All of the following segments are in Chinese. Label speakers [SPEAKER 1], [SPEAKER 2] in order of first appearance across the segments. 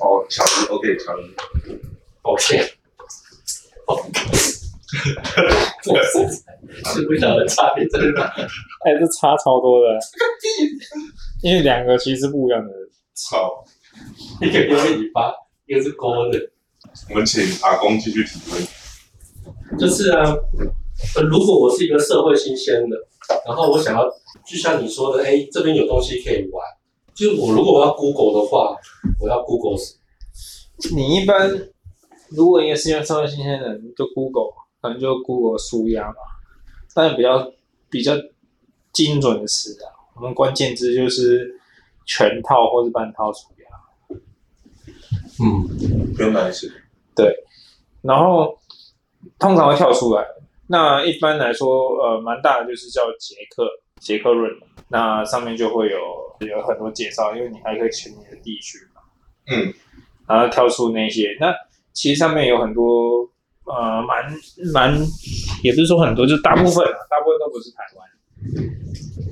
[SPEAKER 1] 哦乔伊，OK，乔伊，
[SPEAKER 2] ，OK，是不晓得差别在哪。
[SPEAKER 3] 哎，这差超多 的，因为两个其实不一样的。
[SPEAKER 1] 好，
[SPEAKER 2] 一个有尾巴，一个是勾的。
[SPEAKER 1] 我们请阿公继续提问。
[SPEAKER 2] 就是啊，呃如果我是一个社会新鲜的，然后我想要，就像你说的，哎、这边有东西可以玩。就是我如果我要 Google 的话，我要 Google 什么
[SPEAKER 3] 你一般如果你也是用社会新鲜人，就 Google，可能就 Google 舒压嘛，但是比较比较精准的词啊，我们关键字就是全套或是半套舒压。
[SPEAKER 2] 嗯，
[SPEAKER 1] 不用担心，
[SPEAKER 3] 然后通常会跳出来。那一般来说，呃，蛮大的就是叫杰克杰克润，那上面就会有有很多介绍，因为你还可以选你的地区嘛，
[SPEAKER 1] 嗯，
[SPEAKER 3] 然后跳出那些。那其实上面有很多，呃，蛮蛮，也不是说很多，就大部分啊，大部分都不是台湾，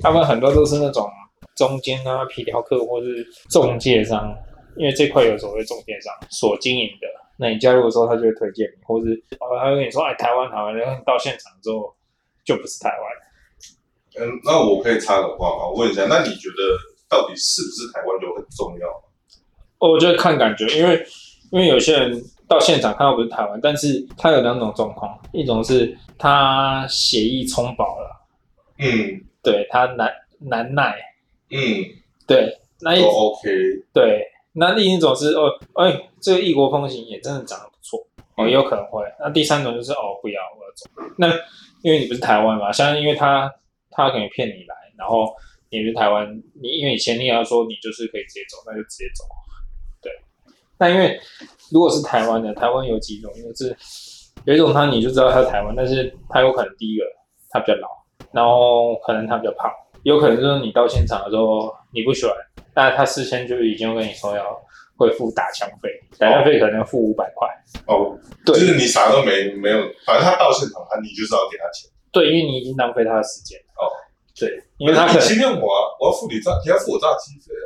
[SPEAKER 3] 大部分很多都是那种中间啊、皮条客或是中介商，因为这块有所谓中介商所经营的，那你加入的时候，他就会推荐你，或是哦，他会跟你说，哎，台湾，台湾，然后你到现场之后就不是台湾，
[SPEAKER 1] 嗯，那我可以插个话吗？我问一下，那你觉得到底是不是台湾就很重要？
[SPEAKER 3] 哦我觉得看感觉，因为因为有些人到现场看到不是台湾，但是他有两种状况，一种是他血液充饱了，
[SPEAKER 1] 嗯
[SPEAKER 3] 对他难难耐，
[SPEAKER 1] 嗯，
[SPEAKER 3] 对，那一
[SPEAKER 1] 都 OK，
[SPEAKER 3] 对，那另一种是哦，哎，这个异国风情也真的长得不错，哦，
[SPEAKER 1] 嗯
[SPEAKER 3] 也有可能会。那第三种就是哦，不要，我要走。那因为你不是台湾嘛，像因为他他可能骗你来，然后你不是台湾，你因为以前你也要说你就是可以直接走，那就直接走。对，那因为如果是台湾的，台湾有几种，一个是有一种他你就知道他是台湾，但是他有可能第一个他比较老，然后可能他比较胖，有可能就是你到现场的时候你不喜欢。那他事先就已经跟你说要会付打枪费，打枪费可能付五百块。
[SPEAKER 1] 哦，
[SPEAKER 3] 对
[SPEAKER 1] 就是你啥都没没有，反正他到现场，他你就是要给他钱。
[SPEAKER 3] 对，因为你已经浪费他的时间了。
[SPEAKER 1] 哦，
[SPEAKER 3] 对，因为他可
[SPEAKER 1] 你
[SPEAKER 3] 能，
[SPEAKER 1] 欺骗我啊，我要付你诈，你要付我诈欺费啊。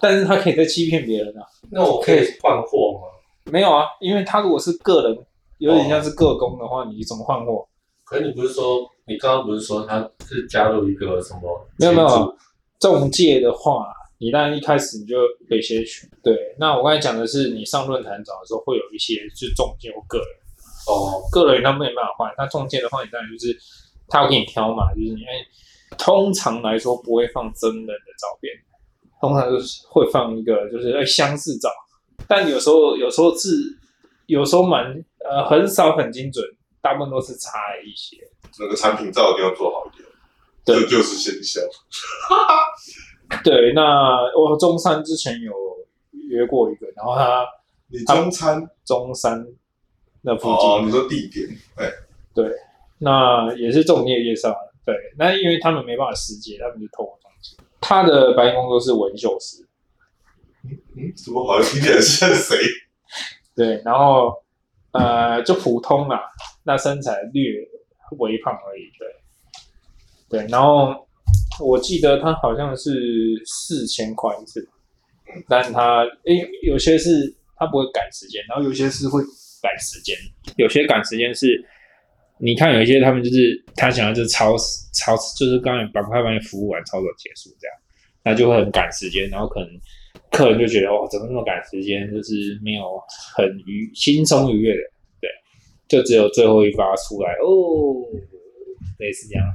[SPEAKER 3] 但是他可以再欺骗别人啊。
[SPEAKER 2] 那我可以换货吗？
[SPEAKER 3] 没有啊，因为他如果是个人，有点像是个工的话，你怎么换货？
[SPEAKER 2] 可是你不是说，你刚刚不是说他是加入一个什么？
[SPEAKER 3] 没有没啊有，中介的话，你当然一开始你就可以先选。对，那我刚才讲的是你上论坛找的时候会有一些就是中介或个人。
[SPEAKER 2] 哦，
[SPEAKER 3] 个人他没有办法换，那中介的话，你当然就是他会给你挑嘛，就是你哎，通常来说不会放真人的照片，通常就是会放一个就是哎相似照，但有时候有时候是有时候蛮呃很少很精准，大部分都是差一些。
[SPEAKER 1] 那个产品照一定要做好一点，
[SPEAKER 3] 对
[SPEAKER 1] 这就是现象。
[SPEAKER 3] 对，那我中山之前有约过一个，然后他
[SPEAKER 1] 你中餐
[SPEAKER 3] 中山那附近，
[SPEAKER 1] 哦，你说地点，哎，
[SPEAKER 3] 那也是中介介绍，对，那因为他们没办法实接，他们就透过中介。他的白领工作是纹绣师，
[SPEAKER 1] 嗯，怎么好像听起来像谁？
[SPEAKER 3] 对，然后呃就普通啦，那身材略微胖而已，对，对，然后我记得他好像是四千块一次，但他诶有些是他不会赶时间，然后有些是会赶时间，有些赶时间是。你看，有一些他们就是他想要就是超时超时就是刚才把快把你服务完，超早结束这样，那就会很赶时间，然后可能客人就觉得哦，怎么那么赶时间，就是没有很愉轻松愉悦的，对，就只有最后一发出来哦，类似这样。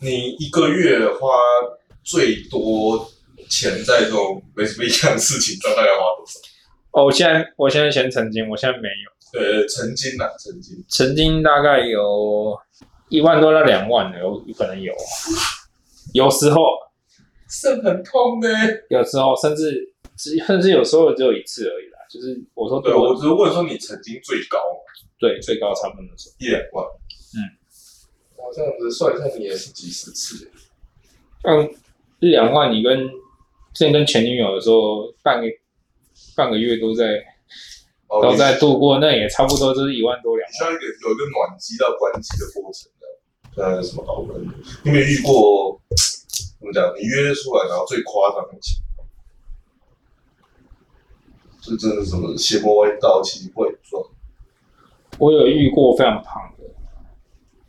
[SPEAKER 1] 你一个月花最多钱在这种没什么营养的事情上，大概花多少？
[SPEAKER 3] 哦，我现在我现在先曾经，我现在没有，
[SPEAKER 1] 呃，曾经呐、啊，曾经，
[SPEAKER 3] 曾经大概有一万多到两万的，有可能有，有时候
[SPEAKER 1] 肾很痛呢。
[SPEAKER 3] 有时候甚至只甚至有时候只有一次而已啦，就是我说
[SPEAKER 1] 对，我只是问说你曾经最高
[SPEAKER 3] 对最高差不多的时候，
[SPEAKER 1] 一两万，
[SPEAKER 3] 嗯，
[SPEAKER 1] 我这样子算一算，你也是几十次？
[SPEAKER 3] 嗯，一两万你跟之前跟前女友的时候半个半个月都在。
[SPEAKER 1] 哦，
[SPEAKER 3] 都在
[SPEAKER 1] 你
[SPEAKER 3] 度过，那也差不多就是一万多两
[SPEAKER 1] 你需
[SPEAKER 3] 万。
[SPEAKER 1] 要一个有一个暖机到关机的过程的。呃，什么好问的？你有没有遇过？怎么讲？你约出来，然后最夸张的情况，就真的什么邪魔歪道、奇怪状，
[SPEAKER 3] 我有遇过非常胖的，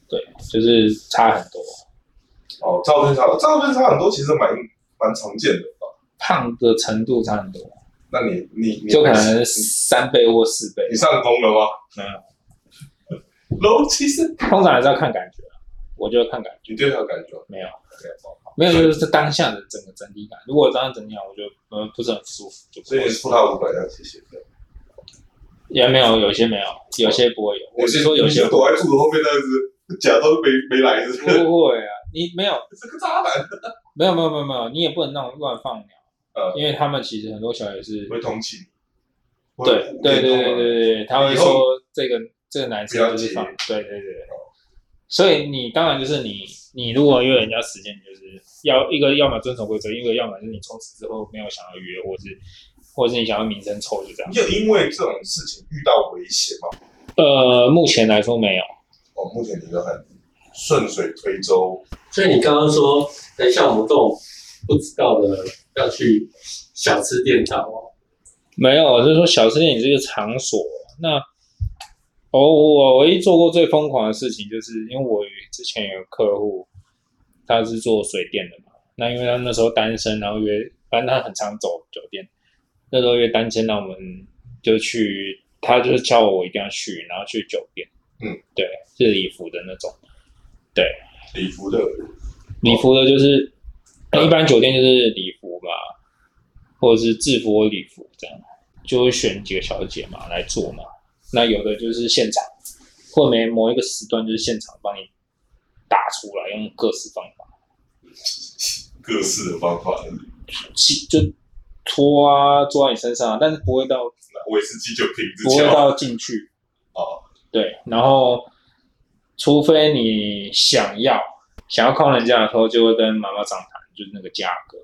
[SPEAKER 3] 对，就是差很多。
[SPEAKER 1] 哦，照片差不多，照片差很多，其实蛮蛮常见的吧？
[SPEAKER 3] 胖的程度差很多，
[SPEAKER 1] 那你你你
[SPEAKER 3] 就可能三倍或四倍
[SPEAKER 1] 你。上风了吗？
[SPEAKER 3] 没有，
[SPEAKER 1] 楼其实
[SPEAKER 3] 通常还是要看感觉啊，我就看感觉，
[SPEAKER 1] 你对他有感觉吗？
[SPEAKER 3] 没有，
[SPEAKER 1] 对好
[SPEAKER 3] 没有就是当下的整个整体感。如果当下整体感，我就呃不是很舒服，就不
[SPEAKER 1] 所以
[SPEAKER 3] 会
[SPEAKER 1] 你付他五百，要谢谢。
[SPEAKER 3] 也没有，有些没有，有些不会有。我是说有
[SPEAKER 1] 你
[SPEAKER 3] 些
[SPEAKER 1] 就躲在柱子后面那样子，假装没没来似
[SPEAKER 3] 不
[SPEAKER 1] 的，
[SPEAKER 3] 会啊，你没有，
[SPEAKER 1] 是个渣男，
[SPEAKER 3] 没有，没有，没有，没有，你也不能那种乱放鸟，
[SPEAKER 1] 呃
[SPEAKER 3] 因为他们其实很多小孩是，
[SPEAKER 1] 会同情，会
[SPEAKER 3] 对
[SPEAKER 1] 互联
[SPEAKER 3] 对对对
[SPEAKER 1] 动啊
[SPEAKER 3] 对对，他会
[SPEAKER 1] 以后
[SPEAKER 3] 说这个这个男生就是放
[SPEAKER 1] 不，哦
[SPEAKER 3] 对对对，所以你当然就是你你如果约人家时间，你就是要一个要么遵守规则，一个要么就是你从此之后没有想要约，或是或是你想要名声臭，就这样
[SPEAKER 1] 你。有因为这种事情遇到危险吗？
[SPEAKER 3] 呃，目前来说没有，
[SPEAKER 1] 哦，目前你都很顺水推舟，
[SPEAKER 2] 所以你刚刚说，等一下我们这种不知道的要去小吃店找哦，
[SPEAKER 3] 没有，就是说小吃店也是一个场所。那我我唯一做过最疯狂的事情，就是因为我之前有客户，他是做水电的嘛。那因为他那时候单身，然后约，反正他很常走酒店。那时候约单身，那我们就去，他就是叫我一定要去，然后去酒店。
[SPEAKER 1] 嗯，
[SPEAKER 3] 对，是礼服的那种。
[SPEAKER 1] 礼服的
[SPEAKER 3] 礼服的就是、一般酒店就是礼服嘛，或者是制服或礼服这样，就会选几个小姐嘛来做嘛。那有的就是现场，或每某一个时段就是现场帮你打出来，用各式方法，
[SPEAKER 1] 各式的方法，
[SPEAKER 3] 气就拖啊，坐在你身上啊，但是不会到
[SPEAKER 1] 威士忌就瓶子
[SPEAKER 3] 不会啊
[SPEAKER 1] 敲
[SPEAKER 3] 到进去。
[SPEAKER 1] 哦，
[SPEAKER 3] 对，然后除非你想要想要靠人家的时候，就会跟妈妈长谈，就是那个价格，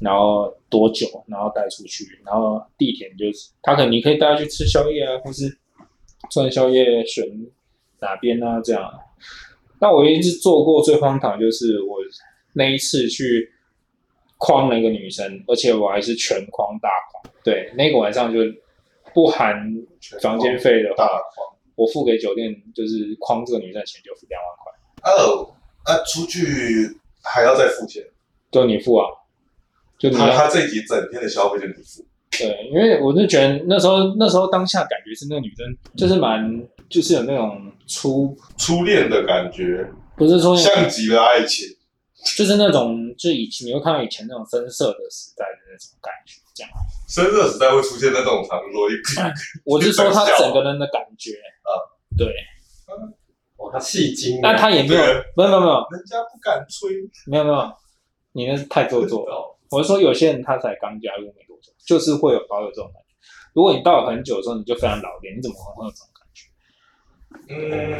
[SPEAKER 3] 然后多久，然后带出去，然后呃地点就是他可能你可以带他去吃宵夜啊，或是吃完宵夜选哪边啊这样。那我一直做过最荒唐就是我那一次去框了一个女生，而且我还是全框大框，对，那个晚上就不含房间费的
[SPEAKER 1] 大
[SPEAKER 3] 话，
[SPEAKER 1] 框
[SPEAKER 3] 我付给酒店就是框这个女生的钱就付两万块，
[SPEAKER 1] 哦，啊，出去还要再付钱，
[SPEAKER 3] 就你付啊，就你
[SPEAKER 1] 他
[SPEAKER 3] 要
[SPEAKER 1] 他这一集整天的消费就你付，
[SPEAKER 3] 对，因为我就觉得那时候那时候当下感觉是那个女生就是蛮就是有那种粗，
[SPEAKER 1] 初恋的感觉，
[SPEAKER 3] 不是说那种
[SPEAKER 1] 像极了爱情，
[SPEAKER 3] 就是那种就以前你会看到以前那种深色的时代的那种感觉，这样。
[SPEAKER 1] 深色时代会出现在这种场所，一
[SPEAKER 3] 我是说她整个人的感觉啊，对，
[SPEAKER 2] 哇，他戏精啊，
[SPEAKER 3] 但她也没有
[SPEAKER 1] 对，
[SPEAKER 3] 没有没有没有
[SPEAKER 1] 人家不敢吹，
[SPEAKER 3] 没有没有，你那是太做作了。
[SPEAKER 1] 哦，
[SPEAKER 3] 我是说，有些人他才刚加入没多久，就是会有保有这种感觉。如果你到了很久的时候，你就非常老练，你怎么可能会有这种感觉？
[SPEAKER 1] 嗯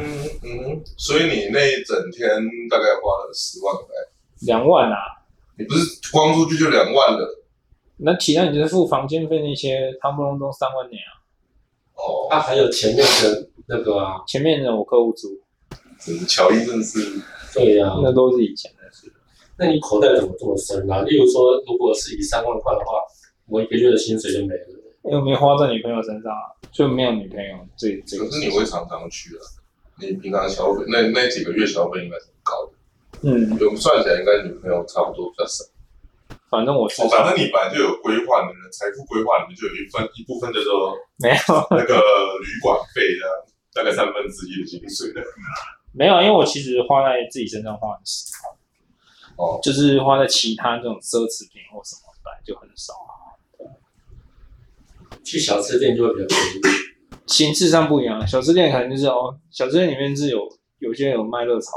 [SPEAKER 1] 嗯，所以你那一整天大概花了十万块，
[SPEAKER 3] 两万啊，
[SPEAKER 1] 你不是光出去就两万了
[SPEAKER 3] 那其他你就是付房间费那些，汤不隆咚三万年啊。
[SPEAKER 1] 哦，
[SPEAKER 2] 他还有前面的那个啊，
[SPEAKER 3] 前面的我客户租，
[SPEAKER 1] 真是乔伊真的是
[SPEAKER 2] 对呀、
[SPEAKER 3] 那都是以前的事。
[SPEAKER 2] 那你口袋怎么这么深啊？例如说，如果是以三万块的话，我一个月的薪水就没了。
[SPEAKER 3] 又没花在女朋友身上啊，就没有女朋友这这个
[SPEAKER 1] 可
[SPEAKER 3] 事
[SPEAKER 1] 是
[SPEAKER 3] 情。
[SPEAKER 1] 你会常常去啊？你平常消费那那几个月消费应该是很高的，
[SPEAKER 3] 嗯，
[SPEAKER 1] 我们算起来应该女朋友差不多比较少。
[SPEAKER 3] 反正我是、
[SPEAKER 1] 哦，反正你本来就有规划，你的财富规划里面就有一份一部分叫做
[SPEAKER 3] 没有
[SPEAKER 1] 那个旅馆费的，大概三分之一的薪水的。
[SPEAKER 3] 没有，因为我其实花在自己身上花很少，
[SPEAKER 1] 哦，
[SPEAKER 3] 就是花在其他这种奢侈品或什么本来就很少啊。
[SPEAKER 2] 去小吃店就会比较便宜。
[SPEAKER 3] 形式上不一样。小吃店可能就是哦，小吃店里面是有有些有卖热炒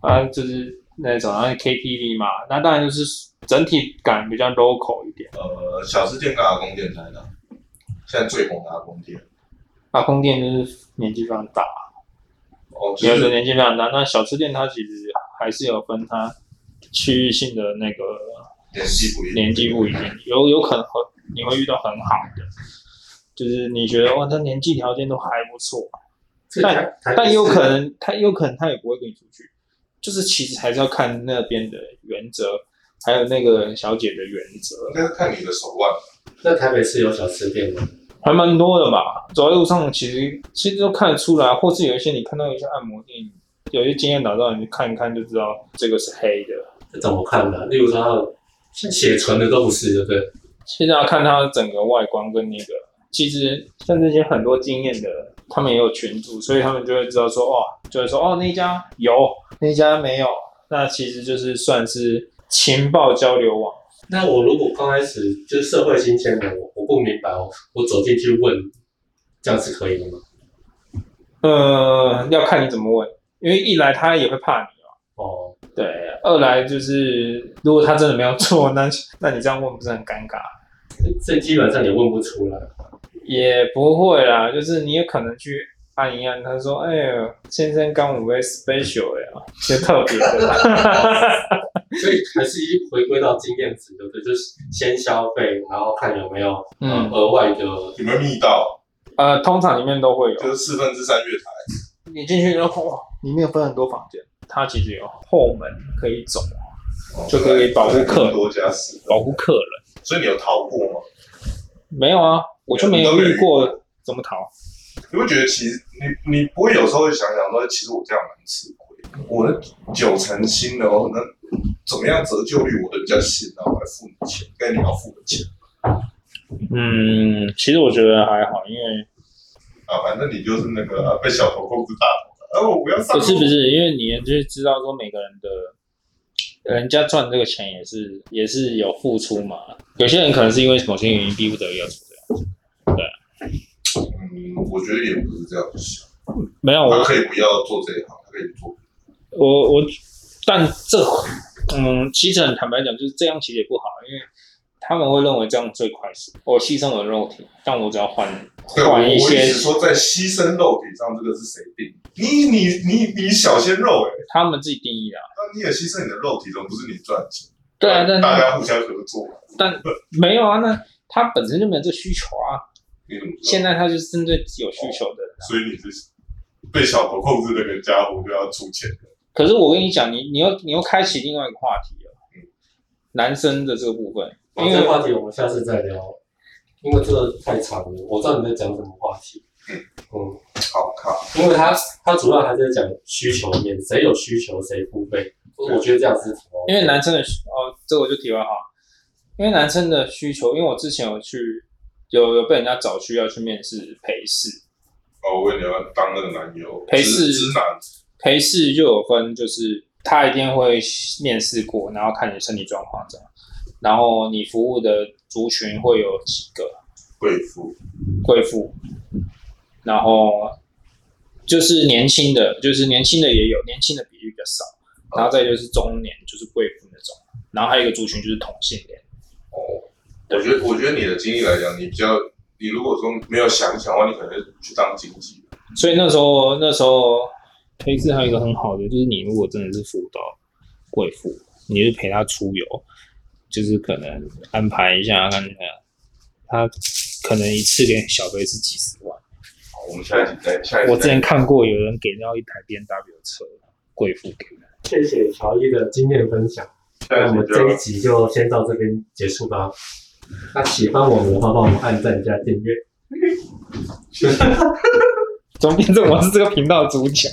[SPEAKER 3] 啊，啊就是那种啊然后 KTV 嘛，那当然就是整体感比较 local 一点。
[SPEAKER 1] 呃，小吃店跟阿公店来的，现在最红的阿公店。
[SPEAKER 3] 那空店就是年纪非常大，
[SPEAKER 1] 哦，就
[SPEAKER 3] 有的
[SPEAKER 1] 是
[SPEAKER 3] 年纪非常大。那小吃店它其实还是有分它区域性的那个
[SPEAKER 1] 年纪不一样，
[SPEAKER 3] 年纪不一定，有有可能会你会遇到很好的，就是你觉得哇，他年纪条件都还不错，
[SPEAKER 2] 这台台北
[SPEAKER 3] 但
[SPEAKER 2] 市
[SPEAKER 3] 也有可能，他也有可能他也不会跟你出去，就是其实还是要看那边的原则，还有那个小姐的原则。
[SPEAKER 1] 应该是看你的手腕。
[SPEAKER 2] 那台北市有小吃店吗？
[SPEAKER 3] 还蛮多的吧。走在路上，其实其实都看得出来，或是有一些你看到一些按摩店，有些经验老道，你看一看就知道这个是黑的。
[SPEAKER 2] 这怎么看呢、例如说它的血纯的都不是，对不对？
[SPEAKER 3] 现在要看它整个外观跟那个，其实像这些很多经验的，他们也有群组，所以他们就会知道说，哦，就是说，哦，那家有，那家没有，那其实就是算是情报交流网。
[SPEAKER 2] 那我如果刚开始就是社会新鲜人，我我不明白，我我走进去问，这样是可以的吗？
[SPEAKER 3] 呃，要看你怎么问，因为一来他也会怕你哦，
[SPEAKER 2] 哦，
[SPEAKER 3] 对；二来就是如果他真的没有做，那那你这样问不是很尴尬？
[SPEAKER 2] 这这基本上也问不出来。
[SPEAKER 3] 也不会啦，就是你有可能去按一按，他说：“哎呦，先生刚我们 special 呀，就特别的啦。”
[SPEAKER 2] 所以还是一回归到经验值，对不对？就是先消费，然后看有没有呃
[SPEAKER 3] 嗯，
[SPEAKER 2] 额外的
[SPEAKER 1] 有没有密道？
[SPEAKER 3] 呃，通常里面都会有。
[SPEAKER 1] 就是四分之三月台，
[SPEAKER 3] 你进去之后，哇，里面有分很多房间，它其实有后门可以走，
[SPEAKER 1] 哦
[SPEAKER 3] 就可以保护客人
[SPEAKER 1] 多加十，
[SPEAKER 3] 保护客人。
[SPEAKER 1] 所以你有逃过吗？
[SPEAKER 3] 没有啊，我就没有遇过怎么逃。
[SPEAKER 1] 你会觉得其实你你不会有时候想想说，其实我这样蛮吃亏的，我的九成新的哦，那怎么样折旧率我的比较新，然后啊我来付你钱，跟你要付的钱
[SPEAKER 3] 嗯，其实我觉得还好，因为
[SPEAKER 1] 啊，反正你就是那个、啊、被小偷控制大头的，啊，我不要上
[SPEAKER 3] 不
[SPEAKER 1] 路，
[SPEAKER 3] 是不是，因为你就是知道说每个人的，人家赚这个钱也是也是有付出嘛。有些人可能是因为某些原因逼不得已要做这样。
[SPEAKER 1] 嗯，我觉得也不是这样想，
[SPEAKER 3] 没有，
[SPEAKER 1] 他
[SPEAKER 3] 哦我
[SPEAKER 1] 可以不要做这一行，他可以做
[SPEAKER 3] 我我，但这嗯，其实很坦白讲，就是这样其实也不好，因为他们会认为这样最快速。我牺牲我的肉体，但我只要换
[SPEAKER 1] 对，我
[SPEAKER 3] 换一
[SPEAKER 1] 我一直
[SPEAKER 3] 些，
[SPEAKER 1] 说在牺牲肉体上，这个是谁定？你你你你小鲜肉哎、
[SPEAKER 3] 他们自己定义的啊。
[SPEAKER 1] 那你也牺牲你的肉体，总不是你赚钱？
[SPEAKER 3] 对啊，但
[SPEAKER 1] 大
[SPEAKER 3] 但
[SPEAKER 1] 家互相合作嘛，
[SPEAKER 3] 没有啊，那他本身就没有这需求啊。
[SPEAKER 1] 你怎么知道？
[SPEAKER 3] 现在他就是针对有需求的人啊。
[SPEAKER 1] 所以你是被小头控制的那个家伙，就要出钱的。
[SPEAKER 3] 可是我跟你讲，你你又你又开启另外一个话题了，男生的这个部分，
[SPEAKER 2] 哦，
[SPEAKER 3] 因
[SPEAKER 2] 这
[SPEAKER 3] 为
[SPEAKER 2] 个话题我们下次再聊，因为这个太长了，我知道你在讲什么话题。嗯，
[SPEAKER 1] 好靠，
[SPEAKER 2] 因为他他主要还在讲需求面，谁有需求谁付费，我觉得这样是挺 OK
[SPEAKER 3] 因为男生的需哦，这个我就题外话，因为男生的需求，因为我之前有去有有被人家找去要去面试陪试，
[SPEAKER 1] 哦，我问你要当那个男友，
[SPEAKER 3] 陪
[SPEAKER 1] 直
[SPEAKER 3] 侍
[SPEAKER 1] 直男，
[SPEAKER 3] 陪试就有分，就是他一定会面试过，然后看你身体状况这样，然后你服务的族群会有几个
[SPEAKER 1] 贵妇，
[SPEAKER 3] 贵妇，然后就是年轻的，就是年轻的也有，年轻的比例比较少，然后再就是中年，就是贵妇那种，然后还有一个族群就是同性恋。
[SPEAKER 1] 哦我觉得我觉得你的经历来讲，你比较，你如果说没有想一想的话，你可能去当经济。
[SPEAKER 3] 所以那时候那时候黑市还有一个很好的，就是你如果真的是辅导贵妇，你就陪她出游，就是可能安排一下，看她可能一次给小费是几十万。
[SPEAKER 1] 好，我们下一集再下一
[SPEAKER 3] 我
[SPEAKER 1] 集再
[SPEAKER 3] 之前看过有人给到一台 B N W 车，贵妇给的。
[SPEAKER 2] 谢谢乔伊的经验分享，
[SPEAKER 1] 下
[SPEAKER 2] 那
[SPEAKER 1] 一
[SPEAKER 2] 我们
[SPEAKER 1] 集
[SPEAKER 2] 这一
[SPEAKER 1] 就
[SPEAKER 2] 集就先到这边结束吧。那喜欢我们的话，帮我们按赞加订阅。
[SPEAKER 3] 怎么变成我是这个频道的主角？